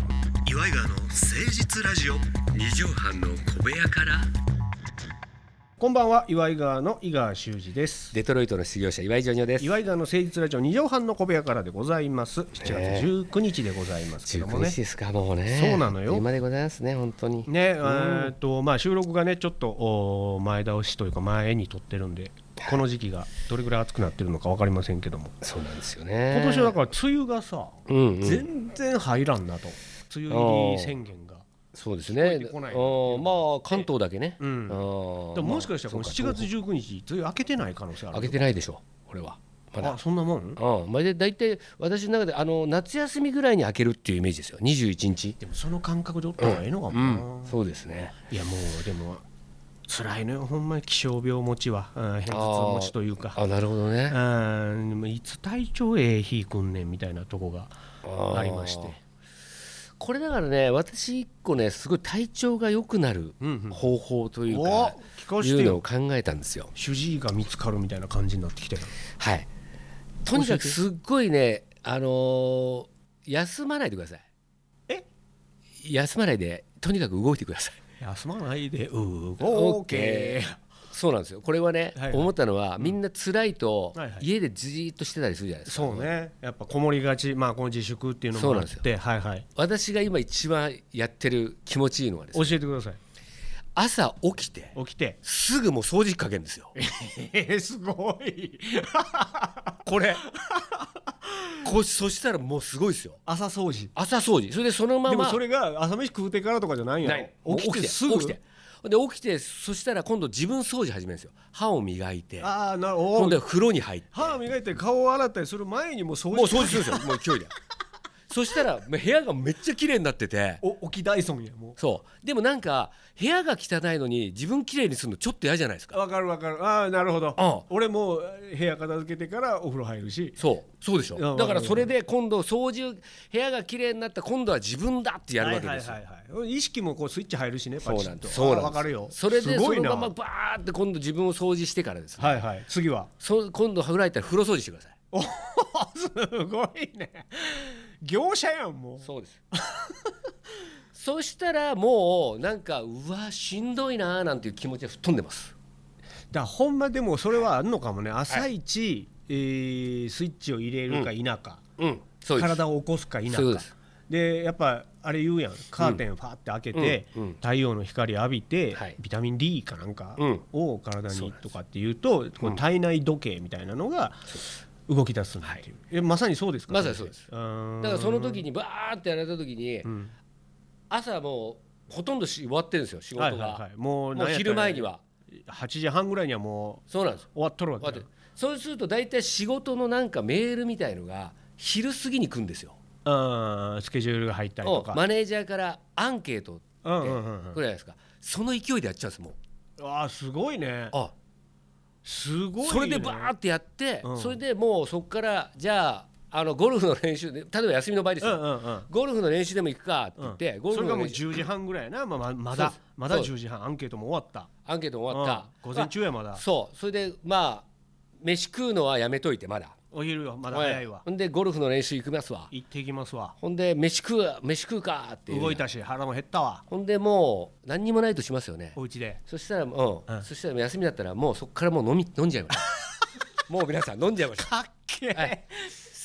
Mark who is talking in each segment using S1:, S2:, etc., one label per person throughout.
S1: イガーの誠実ラジオ
S2: 二畳半の小部屋から
S3: こんばんは岩井川の井川修司です
S2: デトロイトの失業者岩井ジョニオです
S3: 岩井川の誠実ラジオ二畳半の小部屋からでございます7月19日でございますけども
S2: 19
S3: ね、
S2: 日ですかもうね
S3: そうなのよ
S2: 今でございますね本当に
S3: ねえーっとまあ収録がねちょっとおー前倒しというか前に撮ってるんでこの時期がどれぐらい暑くなってるのか分かりませんけども
S2: そうなんですよね
S3: 今年はだから梅雨がさ、
S2: うんうん
S3: 全然入らんなと梅雨入り宣言が
S2: そうです
S3: 聞
S2: ね
S3: こえてこない
S2: うんまあ関東だけね
S3: う
S2: うん
S3: で
S2: も
S3: ももしかしたらこの7月
S2: 中
S3: 19日梅雨明けてない可能性ある
S2: 開けてないでしょ俺はまだ
S3: あそんなもん
S2: うんまあで大体私の中であの夏休みぐらいに開けるっていうイメージですよ21日
S3: でもその感覚でおった方がいいのかもな、
S2: うんそうですね
S3: いやもうでも辛いのよほんまに気象病持ちはうん偏頭痛持ちというか
S2: あなるほどね
S3: うんでもいつ体調ええ日来んねんみたいなとこがありまして
S2: あーこれだからね私一個ねすごい体調が良くなる
S3: うんうん
S2: 方法という
S3: お
S2: か、
S3: 聞か
S2: い
S3: して
S2: うのを
S3: よ
S2: 考えたんですよ。
S3: 主治医が見つかるみたいな感じになってきてる
S2: はい、とにかくすっごいね、あのー休まないでください。
S3: え
S2: 休まないでとにかく動いてください。
S3: 休まないでうー
S2: オ
S3: ご
S2: ー
S3: ー
S2: ケ
S3: け
S2: そうなんですよこれはね、
S3: はいはい
S2: 思ったのはみんな辛いと、
S3: はいはい
S2: 家でじーっとしてたりするじゃないですか。
S3: そうねやっぱこもりがちまあこの自粛っていうのもあっ
S2: そうなん
S3: てはいはい
S2: 私が今一番やってる気持ちいいのはです
S3: 教
S2: ね
S3: えてください
S2: 朝起きて
S3: 起き て
S2: すぐもう掃除機かけるんですよ。
S3: えーすごい
S2: これこそしたらもうすごいですよ
S3: 朝掃除
S2: 朝掃除それでそのま
S3: でも
S2: ま
S3: それが朝飯食うてからとかじゃないよ
S2: ないもう
S3: 起きてすぐ
S2: 起きてで起きてそしたら今度自分掃除始めるんですよ歯を磨いて
S3: ああなる
S2: 今
S3: ほ
S2: 度
S3: ど
S2: は風呂に入って
S3: 歯磨いたり顔を洗ったりする前にもう掃
S2: もう
S3: 除
S2: 掃除するんですよもう勢いで そしたら部屋がめっちゃ綺麗になってて
S3: お沖ダイソンやも
S2: そうでもなんか部屋が汚いのに自分綺麗にするのちょっと嫌じゃないです
S3: う
S2: か
S3: わかるわかるああなるほど
S2: あ
S3: 俺もう部屋片付けてからお風呂入るし
S2: そうそうでし
S3: いや
S2: ょだから
S3: わかるわかる
S2: それで今度掃除部屋が綺麗になった今度は自分だってやるわけですよ
S3: はいはいはいはい意識もこうスイッチ入るしね
S2: そ
S3: パ
S2: う
S3: チ
S2: な
S3: ッ
S2: ん
S3: と
S2: ですそうなんです
S3: あーわかるよ
S2: それですそ
S3: ごいな
S2: のままバーって今度自分を掃除してからですね、
S3: はいはい次は
S2: そ今度風呂入ったら風呂掃除してください
S3: すごいね業者やんもう
S2: そうです そしたらもうなんかうわしんどいなーなんていう気持ちが吹っ飛んでます
S3: だからほんまでもそれはあんのかもね朝一、えースイッチを入れるか否か、
S2: うんそうです
S3: 体を起こすか否か
S2: そうです
S3: でやっぱあれ言うやんカーテンファーって開けて、
S2: うんうん
S3: 太陽の光浴びて、
S2: はい
S3: ビタミン D かなんか
S2: うん
S3: を体にとかっていうとこう体内時計みたいなのが動き出すんだっていう、えまさにそうですか
S2: まさにそうです
S3: 先生
S2: だからその
S3: う
S2: 時にバーってやられた時に、
S3: ーん
S2: 朝もうほとんどし終わってるんですよ仕
S3: はい
S2: 事
S3: はいは
S2: が
S3: い、もう
S2: もう昼前には
S3: 8時半ぐらいにはも
S2: そうなんですよ
S3: う終わっとるわ
S2: 終
S3: け
S2: わってるそうすると大体仕事のなんかメールみたいのが昼過ぎに来るんですよ
S3: だうんスケジュールが入ったりと
S2: うん
S3: か、
S2: マネージャーからアンケート
S3: うんうんう
S2: 来
S3: ん
S2: る
S3: う、
S2: じゃないですかその勢いでやっちゃうんですもうん
S3: ああすごいね
S2: あ
S3: すごいね
S2: それでバーってやって、
S3: うん
S2: それでもうそこからじゃああのゴルフの練習で 例えば休みの場合です
S3: う
S2: よ、
S3: んうんうん
S2: ゴルフの練習でも行くかって言って、
S3: うん
S2: ゴル
S3: そ
S2: フ
S3: れが
S2: の
S3: もう
S2: 練習
S3: 10時半ぐらいやな、まあ、まあまだ
S2: そうです
S3: まだ
S2: そうです
S3: 10時半アンケートも終わった
S2: アンケートも終わった、
S3: うん午前中やまだ
S2: あそうそれでまあ飯食うのはやめといてまだ
S3: お昼はまだ早いわ
S2: ほんでゴルフの練習行きますわ
S3: 行ってきますわ
S2: ほんで飯食う飯食うかっていう
S3: 動いたし腹も減ったわ
S2: ほんでもう何にもないとしますよね
S3: お家で
S2: そしたらもう、
S3: うん
S2: そしたら休みだったらもうそこからもう飲み飲んじゃいました もう皆さん飲んじゃいました
S3: かっけ
S2: は
S3: え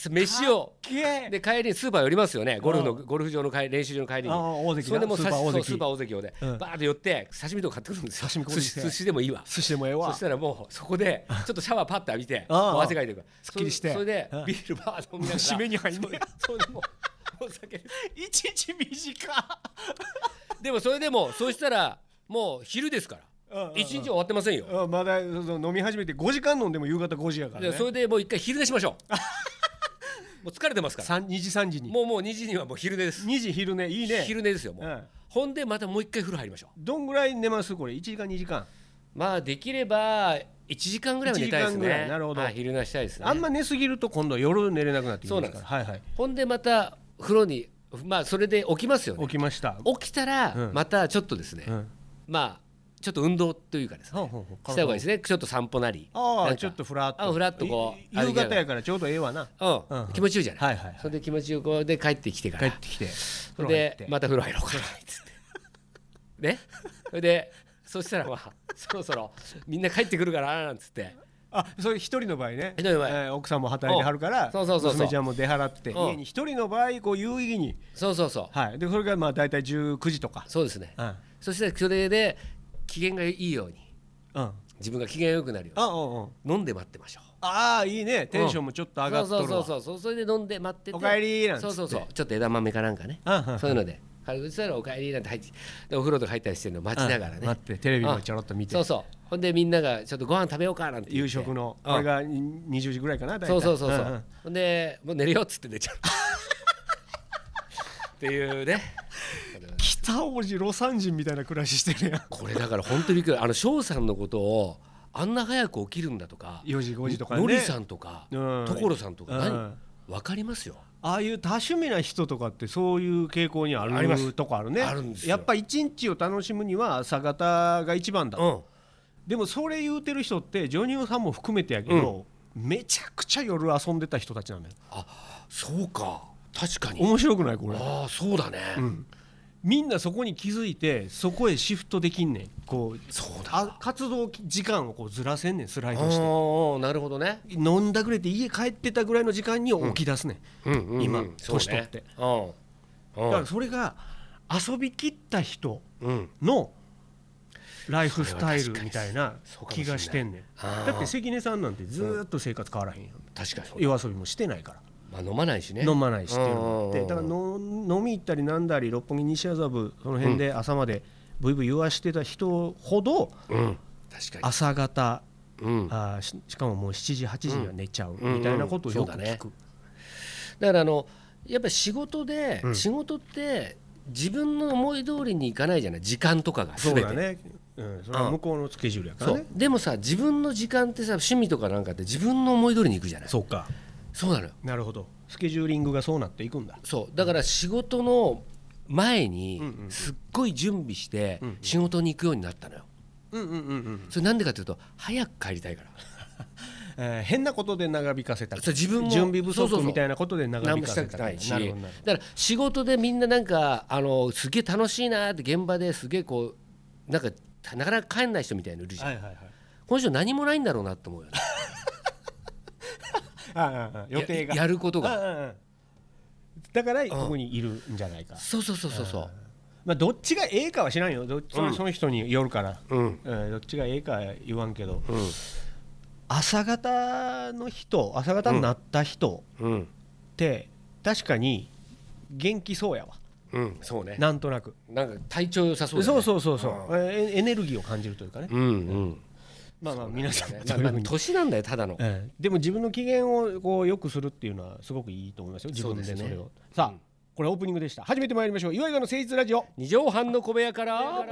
S2: い飯を
S3: け え
S2: で帰りにスーパー寄りますよねゴルフのゴルフ場の帰り練習場の帰りに
S3: ああ大関な
S2: それでもう
S3: スーパー
S2: 刺し
S3: 大関
S2: そうスーパー大関をね、
S3: うん
S2: バーッと寄って刺身とか買ってくるんですよ
S3: 刺身買う
S2: 寿
S3: てきて
S2: 司寿司でもいいわ
S3: 寿司でもええ
S2: そ
S3: わ
S2: したらもうそこでちょっとシャワーパッと浴びて
S3: ああ
S2: もう汗かいてるから
S3: すっきりして
S2: それで
S3: うん
S2: ビールバーッと飲みながら
S3: 締めに入んねや
S2: そうでもうお酒
S3: いちいち短
S2: でもそれでもそうしたらもう昼ですから一日終わってませんよ
S3: うんまだその飲み始めて5時間飲んでも夕方5時やから
S2: で
S3: ね
S2: それでもう一回昼寝しましょ うもう疲れてますから
S3: 三2時3時に
S2: もうもう2時にはもう昼寝です
S3: 2時昼寝いいね
S2: 昼寝ですよもう、
S3: うん
S2: ほんでまたもう一回風呂入りましょう
S3: どんぐらい寝ますこれ1時間2時間
S2: まあできれば1時間ぐらいは寝たいです
S3: 1時間ぐら
S2: ね。
S3: いなるほど
S2: はい昼寝したいですね。
S3: あんま寝すぎると今度夜寝れなくなってきますからはいはい
S2: ほんでまた風呂にまあそれで起きますよね。
S3: 起きました
S2: 起きたら
S3: うん
S2: またちょっとですね、
S3: うん
S2: まあちょっと運動というかですね
S3: ほうほうほう
S2: した方がいいですねちょっと散歩なり
S3: あ
S2: なん
S3: あ
S2: か
S3: ちょっとフラッと
S2: あフラッとこう
S3: い夕方やからちょうどええわな
S2: う
S3: うん
S2: ん気持ちいいじゃない
S3: はいはいはい
S2: それで気持ちよくで帰ってきてか
S3: 帰っ
S2: ら
S3: てきて
S2: そ
S3: 風
S2: れ
S3: 呂入っ
S2: で
S3: て
S2: また風呂入ろうかなっつってねそれでそしたらまあそろそろみんな帰ってくるからなんつって
S3: あそれ一人の場合ね
S2: 一人の場合
S3: えー奥さんも働いてはるから
S2: そうそうそうそう
S3: 娘ちゃんも出払って
S2: うん
S3: 家に一人の場合こう有意義に
S2: そうそうそう
S3: はいでそれがまあ大体19時とか
S2: そうですね
S3: うんうん
S2: そしてそれで機嫌がいいように
S3: あ
S2: 自分が機嫌よくなるよ
S3: あうんうん
S2: うに飲んで待ってましょう
S3: あーいいねテンションもちょっと上がっと
S2: そう
S3: る
S2: そ
S3: わ
S2: うそうそうそれで飲んで待ってて
S3: おかえりなんつって
S2: そうそうそうちょっと枝豆かなんかね
S3: うんうんうん
S2: そういうのではいそしたらおかえりなんて入ってでお風呂とか入ったりしてるのを待ちながら
S3: う
S2: ね
S3: ん待ってテレビもちょろっと見て
S2: そうそうほんでみんながちょっとご飯食べようかなんて言って
S3: 夕食の
S2: うん
S3: これが20時ぐらいかな大体
S2: そうそうそうそ
S3: ん
S2: うほんでもう寝るよっつって寝 ちゃうっていうね
S3: 北王子魯山人みたいな暮らししてるやん
S2: これだから本当にびっくりあの翔さんのことをあんな早く起きるんだとか
S3: 4時5時とかね
S2: のりさんとか
S3: うん
S2: 所さんとか
S3: うん
S2: 何分かりますよ
S3: ああいう多趣味な人とかってそういう傾向にあ
S2: ありま
S3: る
S2: す
S3: とこあるね
S2: あるんですよ
S3: やっぱ一日を楽しむには朝方が一番だ、
S2: うん
S3: でもそれ言うてる人ってジョニオさんも含めてやけど、めちゃくちゃ夜遊んでた人たちなんだよ
S2: そうか確かに
S3: 面白くないこれ
S2: ああそうだね、
S3: みんなそこに気づいてそこへシフトできんねんこう
S2: そうだ
S3: あ活動時間をこうずらせんねんスライ
S2: あ
S3: ドして
S2: ーなるほどね、
S3: 飲んだくれて家帰ってたぐらいの時間に起き出すねん、今
S2: そう
S3: 年取
S2: ね
S3: って
S2: うん
S3: だからそれが遊びきった人
S2: うん、うん、
S3: のライフスタイルみたいな気がしてんねん
S2: それは確かにそうかもしれないあー
S3: だって関根さんなんてずーっと生活変わらへんやん
S2: 確かにそうだ、
S3: 夜遊びもしてないから
S2: まあ、飲まないしね
S3: 飲まないしっていうのもあっ
S2: う
S3: て
S2: ん
S3: だからの飲み行ったりなんだり六本木西麻布その辺で朝までブイブイ言わしてた人ほど
S2: うん確かに
S3: 朝方
S2: うん
S3: あーししかももう7時8時には寝ちゃうみたいなことをよく
S2: うんうんうん
S3: 聞
S2: そ
S3: く
S2: だからあのやっぱり仕事で、
S3: うん
S2: 仕事って自分の思い通りにいかないじゃない時間とかが
S3: そ
S2: 全
S3: う
S2: て
S3: だねうんそれは向こうのスケジュールやから
S2: そ
S3: ね
S2: うでもさ自分の時間ってさ趣味とかなんかって自分の思い通りにいくじゃない
S3: そうか
S2: そうなのよ
S3: なるほどスケジューリングがそうなっていくんだ
S2: そうだから仕事の前に
S3: うんうんうん
S2: すっごい準備して
S3: うんうん
S2: 仕事に行くようになったのよ
S3: うんうんうんうん
S2: それなんでかというと早く帰りたいから
S3: えー変なことで長引かせたり
S2: そう自分も
S3: 準備不
S2: そうそう
S3: 足
S2: そう
S3: みたいなことで長
S2: 何
S3: 引
S2: も
S3: か
S2: した
S3: せ
S2: く
S3: た
S2: な
S3: り
S2: いし
S3: な
S2: だ
S3: るほどなる
S2: から仕事でみんななんかあのすげえ楽しいなって現場ですげえこうなんかなかなか帰んない人みたいなのいるじ
S3: ほ
S2: ゃん
S3: どはいはいはい
S2: この人何もないんだろうなと思うよね
S3: ああああ予定が
S2: ややることが
S3: ああああだからここにいるんじゃないか
S2: そうそうそうそうそう
S3: まあどっちがええかは知らんよどっち
S2: うん
S3: その人によるから
S2: うん
S3: うんどっちがええかは言わんけど
S2: うん
S3: 朝方の人朝方になった人
S2: うん
S3: って確かに元気そうやわ
S2: うんそうね
S3: なんとなく
S2: なんか体調良さそ
S3: そうう
S2: だよね
S3: そうそうそうえエネルギーを感じるというかね
S2: うんうん
S3: まあまあ皆さん
S2: ね
S3: どういう
S2: まあま
S3: ふう
S2: あ
S3: に
S2: 年なんだよただの
S3: ええでも自分の機嫌をこう良くするっていうのはすごくいいと思いますよ自分でそ
S2: そうですね
S3: れを、さあ、
S2: うん
S3: これオープニングでした初めて参りましょう岩井川の誠実ラジオ
S2: 二畳半の小部屋から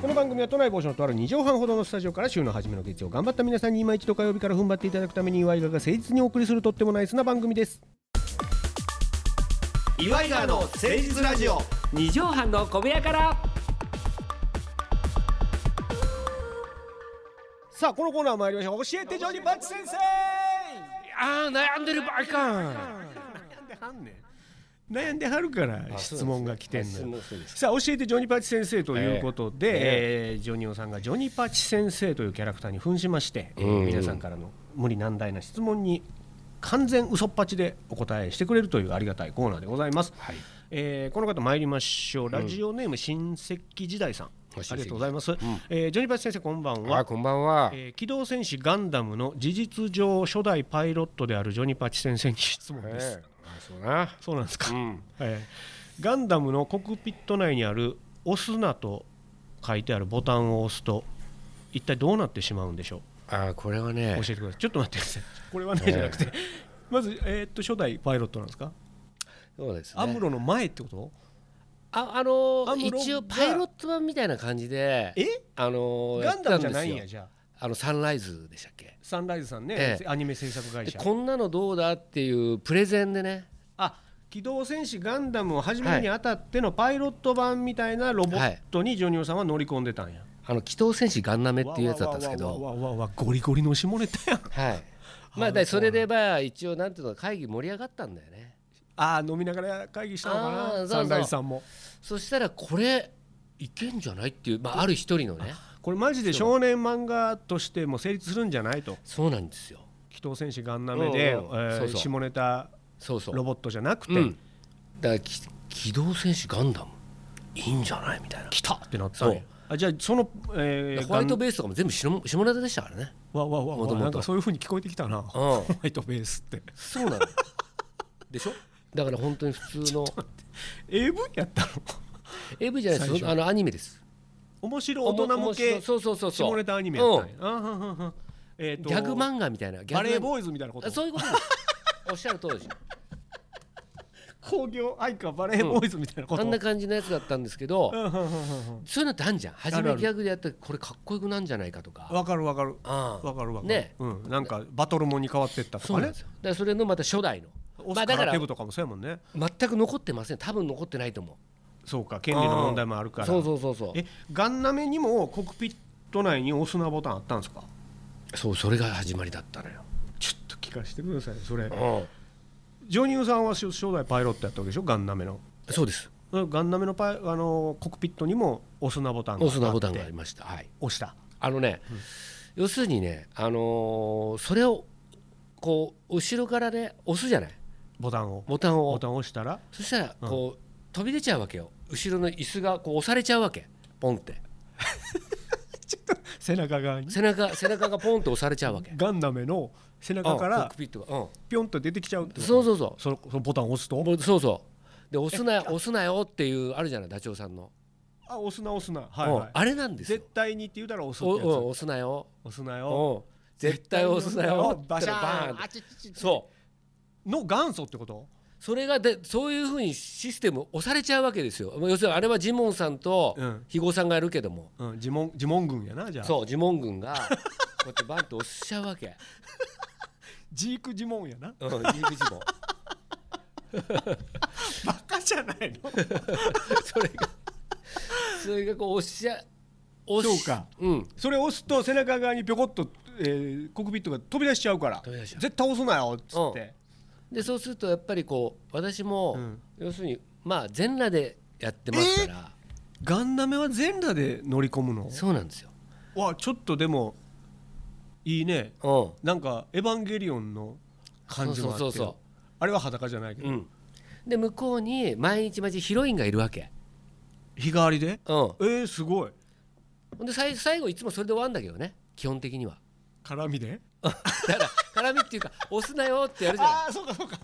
S3: この番組は都内某所のとある2畳半ほどのスタジオから週の初めの月曜頑張った皆さんに今一度火曜日から踏ん張っていただくために岩井川が誠実にお送りするとってもナイスな番組です
S1: 岩井川の誠実ラジオ
S2: 二畳半の小部屋から
S3: さあこのコーナー参りましょう教えてジョニーバッチ先生
S2: ああ悩んでるばあかん
S3: 悩んではんねん悩んではるから質問が来てんの
S2: 質
S3: よ
S2: 問そうです
S3: さあ教えてジョニーパチ先生ということで、
S2: え
S3: えージョニオさんがジョニーパチ先生というキャラクターに扮しまして、えー
S2: うんうん
S3: 皆さんからの無理難題な質問に完全嘘っぱちでお答えしてくれるというありがたいコーナーでございます、
S2: はい
S3: えーこの方参りましょうラジオネーム新石器時代さん、あ
S2: 親
S3: り
S2: 戚
S3: がとうございます、えージョニーパチ先生こんばんは
S2: あこんばんは
S3: えー機動戦士ガンダムの事実上初代パイロットであるジョニーパチ先生に質問です、
S2: ええあそうな
S3: そうなんですか、
S2: うん
S3: えーガンダムのコックピット内にある「押すな」と書いてあるボタンを押すと一体どうなってしまうんでしょ
S2: あこれは
S3: う
S2: ね
S3: 教えてくださいちょっと待ってくだ さいこれはないじゃなくて、 まず、えーっと初代パイロットなんですか、
S2: そうですね
S3: アムロの前ってこと
S2: ああの
S3: アムロ
S2: ー、
S3: が
S2: 一応パイロット版みたいな感じで
S3: え
S2: あのー
S3: ガンダムじゃないん
S2: や
S3: や
S2: って
S3: じゃあ
S2: たあのサンライズでしたっけ
S3: サンライズさんね、
S2: ええ
S3: アニメ制作会
S2: で
S3: 社
S2: こんなのどうだっていうプレゼンでね
S3: あ機動戦士ガンダムを始めるにあたってのパイロット版みたいなロボットにジョニオさんは乗り込んでたんや、
S2: あの機動戦士ガンナメっていうやつだったんですけど
S3: わわわわわゴリゴリの下ネタやん
S2: はいまあだからそれでまあ一応なんていうのか会議盛り上がったんだよね
S3: ああ飲みながら会議したのか
S2: あーそうそ
S3: な
S2: う
S3: サンライズさんも
S2: そしたらこれいけんじゃないっていう、まあ、ある一人のね
S3: これマジで少年漫画としても成立するんじゃないと
S2: そうなんですよ
S3: 機動戦士ガンダムで、
S2: うんうん
S3: えー
S2: そうそう
S3: 下ネタ
S2: そうそう
S3: ロボットじゃなくて、
S2: うん、だからき機動戦士ガンダムいいんじゃないみたいな
S3: 来たってなったんや
S2: そう
S3: あじゃあその、えー
S2: ホワイト
S3: ガン
S2: ベースとかも全部下下ネタでしたからね
S3: わわわ
S2: もともと
S3: わなんかそういう風に聞こえて きたな、ホ
S2: うん
S3: ワイトベースって
S2: そう なのでしょだから本当に普通の
S3: AV やったの
S2: AV じゃないで
S3: 最
S2: す
S3: 初
S2: あのアニメです
S3: 面白大人向
S2: おも面白
S3: け
S2: いそうそうそうそう
S3: 下ネタアニメやったん
S2: う
S3: や
S2: ん、
S3: あはんはんはんえーと
S2: ギャグ漫画みたいなギャグ
S3: バレー
S2: ー
S3: ボーイズみたいなこと
S2: そういうことですおっしゃる通りです
S3: 工業愛かバレーボーイズみたいなこと
S2: あんな感じのやつだったんですけど
S3: うんうんうんうん
S2: そういうのってあんじゃん初
S3: ある
S2: め
S3: ある
S2: ギャグでやったらこれかっこよくなんじゃないかとか
S3: わかるわかる
S2: あ
S3: わかるわかる
S2: ね
S3: うん、なんかバトルモンに変わってったと
S2: そう
S3: か
S2: なん
S3: ね
S2: ですよだからそれのまた初代の
S3: オ
S2: ま
S3: ス
S2: あ
S3: カ
S2: だから
S3: ーテブとかもそうやもんね
S2: 全く残ってません多分残ってないと思う
S3: そうか権利の問題もあるから
S2: そうそうそうそう
S3: えガンナメにもコックピット内に押すなボタンあったんですか
S2: そうそれが始まりだったのよ、
S3: ちょっと聞かせてくださいそれ
S2: う
S3: ジョニオさんは初初代パイロットやったわけでしょガンナメの
S2: ん、そうです
S3: ガンナメのパイあのコックピットにも押すなボタンがあ
S2: 押
S3: って
S2: すなボタンがありましたはい
S3: 押した
S2: あのね、要するにねあのーそれをこう後ろからね押すじゃない
S3: ボタンを
S2: ボタン
S3: ボ
S2: を
S3: タンを押したら
S2: そしたらこう、飛び出ちゃうわけよ後ろの椅子がこう押されちゃうわけポンって
S3: 背中側に
S2: 背中背中がポンと押されちゃうわけ
S3: ガンダメの背
S2: う
S3: 中
S2: ん
S3: か
S2: コッ
S3: ら
S2: クピットが、
S3: ピョンと出てきちゃうっ
S2: う
S3: てこ
S2: ん、
S3: と
S2: そうそうそ
S3: そのそのボタンを押す
S2: う
S3: と
S2: もうそうそうで押すなよ押すなよっていうあるじゃないダチョウさんの、
S3: あ押すな押すなはい、は
S2: うん
S3: い、
S2: あれなんですよ
S3: 絶対にって言うたら押すっ
S2: お
S3: てや
S2: うん
S3: つ
S2: 押すなよ
S3: 押すなよ
S2: うん絶対押すなよ
S3: バシャ
S2: バ
S3: ー
S2: ーン
S3: ンあちちちち
S2: そう
S3: の元祖ってこと
S2: それがでそういうふうにシステム押されちゃうわけですよもう要するにあれはジモンさんと
S3: うん
S2: 肥後さんがやるけども、
S3: うん呪文呪文軍やなじゃあ
S2: そうジモン軍が こうやってバンと押しちゃうわけ、
S3: ジーク呪文やな
S2: うん、入り口も
S3: バカじゃないの
S2: それがそれがこう押しちゃ押し
S3: そうか
S2: うん
S3: それ押すと背中側にぴょこっと、えー、コックピットが飛び出しちゃうから
S2: 飛び出しちゃう
S3: 絶対押すなよっつって、
S2: でそうするとやっぱりこう私も、
S3: うん
S2: 要するにまあ全裸でやってますから、
S3: ガンダメは全裸で乗り込むの
S2: そうなんですよ、
S3: わちょっとでもいいね
S2: うん、
S3: なんか「エヴァンゲリオン」の感じもあって
S2: そうそうそうそう
S3: あれは裸じゃないけど、
S2: うん、で向こうに毎日毎日ヒロインがいるわけ、
S3: 日替わりで
S2: うん、
S3: えー、すごい
S2: ほんで最最後いつもそれで終わるんだけどね基本的には
S3: 絡みで
S2: だから絡 みっていうか「押すなよ」ってやるじゃない
S3: ああそうかそうか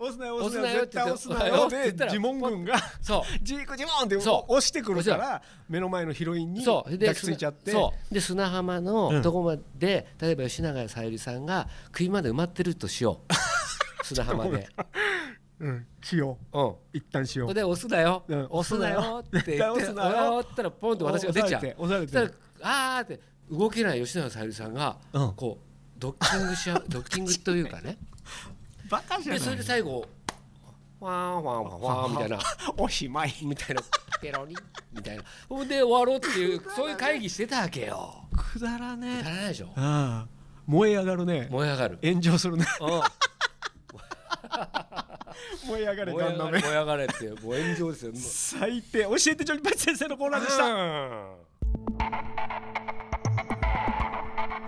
S3: 押すなよ押すなよ
S2: 押
S3: 絶
S2: すな
S3: 対
S2: よ
S3: 押
S2: って言っ
S3: すな
S2: て押すなよって言っ
S3: よで
S2: たら
S3: 呪文軍が
S2: そ
S3: ジークジモンって
S2: そう
S3: 押してくるから目の前のヒロイン
S2: う
S3: に
S2: そう
S3: 抱
S2: で
S3: きついちゃって
S2: そうで砂浜
S3: うん
S2: のとこまで、例えば吉永小百合さんが首まで埋まってるとしよ う砂浜で
S3: うんしよ
S2: うん
S3: う一旦しよ
S2: こ
S3: う
S2: れで押すなよ、
S3: うん
S2: 押すなよって言って
S3: 押すなよ
S2: 押ったらポンって私が出ちゃう
S3: 押され
S2: そしてたら
S3: 押されて
S2: あーって動けない吉永小百合さんが、
S3: うん
S2: こうドッキングし ちゃうドッキングというかね
S3: バカじゃ
S2: でそ
S3: な
S2: れ
S3: い
S2: で最後わーわーわーわーみたいな
S3: おしまい
S2: みたいなペロリみたいなほんで終わろうっていうそういう会議してたわけよ
S3: くだら
S2: 足
S3: ね
S2: らないでしょ
S3: ああ燃え上がるね
S2: 燃え上がる
S3: 炎上するね
S2: うん燃
S3: 燃え上が
S2: え
S3: れガ
S2: 上
S3: ン
S2: が
S3: ダ
S2: れ
S3: メ
S2: 燃え上がれっていうもう炎上ですよ
S3: 最低教えてジョニパチ先生のコーナーでした
S2: もう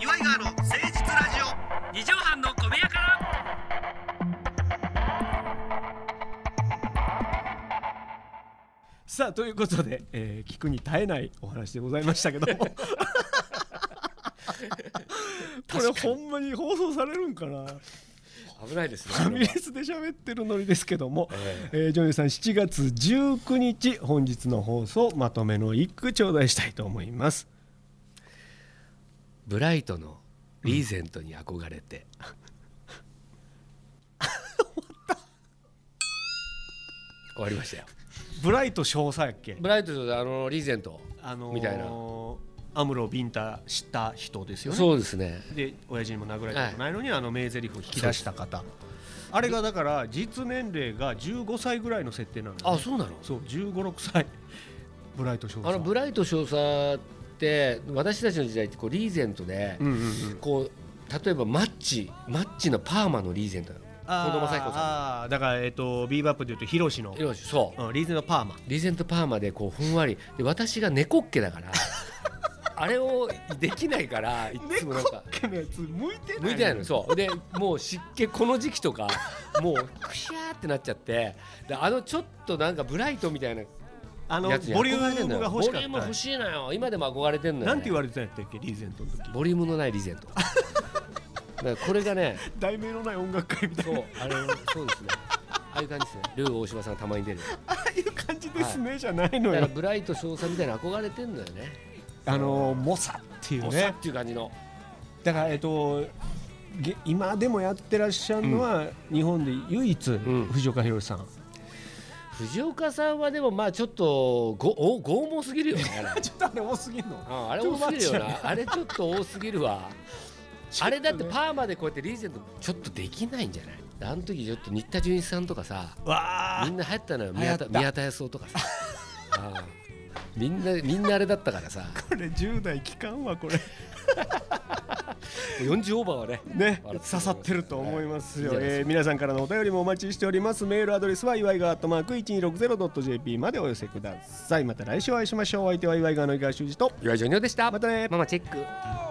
S1: 岩井川の誠実ラジオ
S2: 二畳半の小部屋から
S3: さあということで、えー聞くに耐えないお話でございました けどもこれほんまに放送されるんかな
S2: 危ないですね
S3: ファミレスで喋ってるノリですけども、
S2: え
S3: えージョニーさん7月19日本日の放送まとめの一句頂戴したいと思います
S2: ブライトのリーゼントに憧れて、 終わりましたよ
S3: ブライト少佐やっけ
S2: ブライトとあのリーゼント
S3: あのー
S2: みたいな
S3: もアムロビンタした人ですよね
S2: そうですね
S3: で親父にも殴られたことないのに、あの名台詞を引き出した方あれがだから実年齢が15歳ぐらいの設定なの、ね、
S2: あそうなの
S3: そう1 5六6歳ブライト少佐
S2: あのブライト少佐って私たちの時代ってこうリーゼントで、
S3: うんうんうん
S2: こう例えばマッチマッチのパーマのリーゼントなの
S3: あー
S2: 子供最高さん
S3: あーだからえっとビーバップでいうとヒロシの、
S2: よしそう
S3: うん、リーゼの パーマ
S2: リーゼントパーマでこうふんわりで私が猫っけだから あれをできないからいつもなんか
S3: けのやつ向いて
S2: 向いてないのそうでもう湿気この時期とかもうくしゃーってなっちゃってであのちょっとなんかブライトみたいな
S3: あの
S2: やつに
S3: ボリュ
S2: 憧れて
S3: ー
S2: ん
S3: ム
S2: の
S3: が
S2: よ
S3: 欲しかっ
S2: ボリューム
S3: た
S2: 欲しいのよ今でも憧れてんのよ、ね、
S3: なんて言われてたんやったっけリーゼントの時
S2: ボリュームのないリーゼントだからこれがね
S3: 題名のない音楽会みたい
S2: そうあれそうですねああいう感じですねルー大島さんたまに出る
S3: ああいう感じですね、じゃないの
S2: だから
S3: よ
S2: ブライト少佐みたいな憧れてんのよね
S3: あのモサっていう
S2: おさ
S3: ね
S2: っていう感じの
S3: だからえっとげ今でもやってらっしゃるのは、日本で唯一、
S2: ん
S3: 藤岡弘さん
S2: 藤岡さんはでもまあちょっとごお剛毛すぎるよねあれ
S3: ちょっとあれ多すぎんの
S2: うんあれ多すぎるよなあれちょっと多すぎるわ、あれだって
S3: わ
S2: パーマでこうやってリーゼントちょっとできないんじゃないあの時ちょっと新田純一さんとかさ
S3: あ
S2: みんな流行ったのよ
S3: 流行
S2: 宮
S3: った
S2: 田宮田康夫とかさああみんなみんなあれだったから さ
S3: これ10代期間はこれ
S2: 40オーバーはね笑
S3: ね、
S2: ってる
S3: 刺さってると思いますよ、
S2: はいいいんじゃないですか
S3: えー皆さんからのお便りもお待ちしておりますメールアドレスは祝いがアットマーク 1260.jp までお寄せくださいまた来週お会いしましょうお相手は祝いがの井川修司と
S2: 岩井ジョニオでした
S3: またね
S2: ママチェック
S4: 「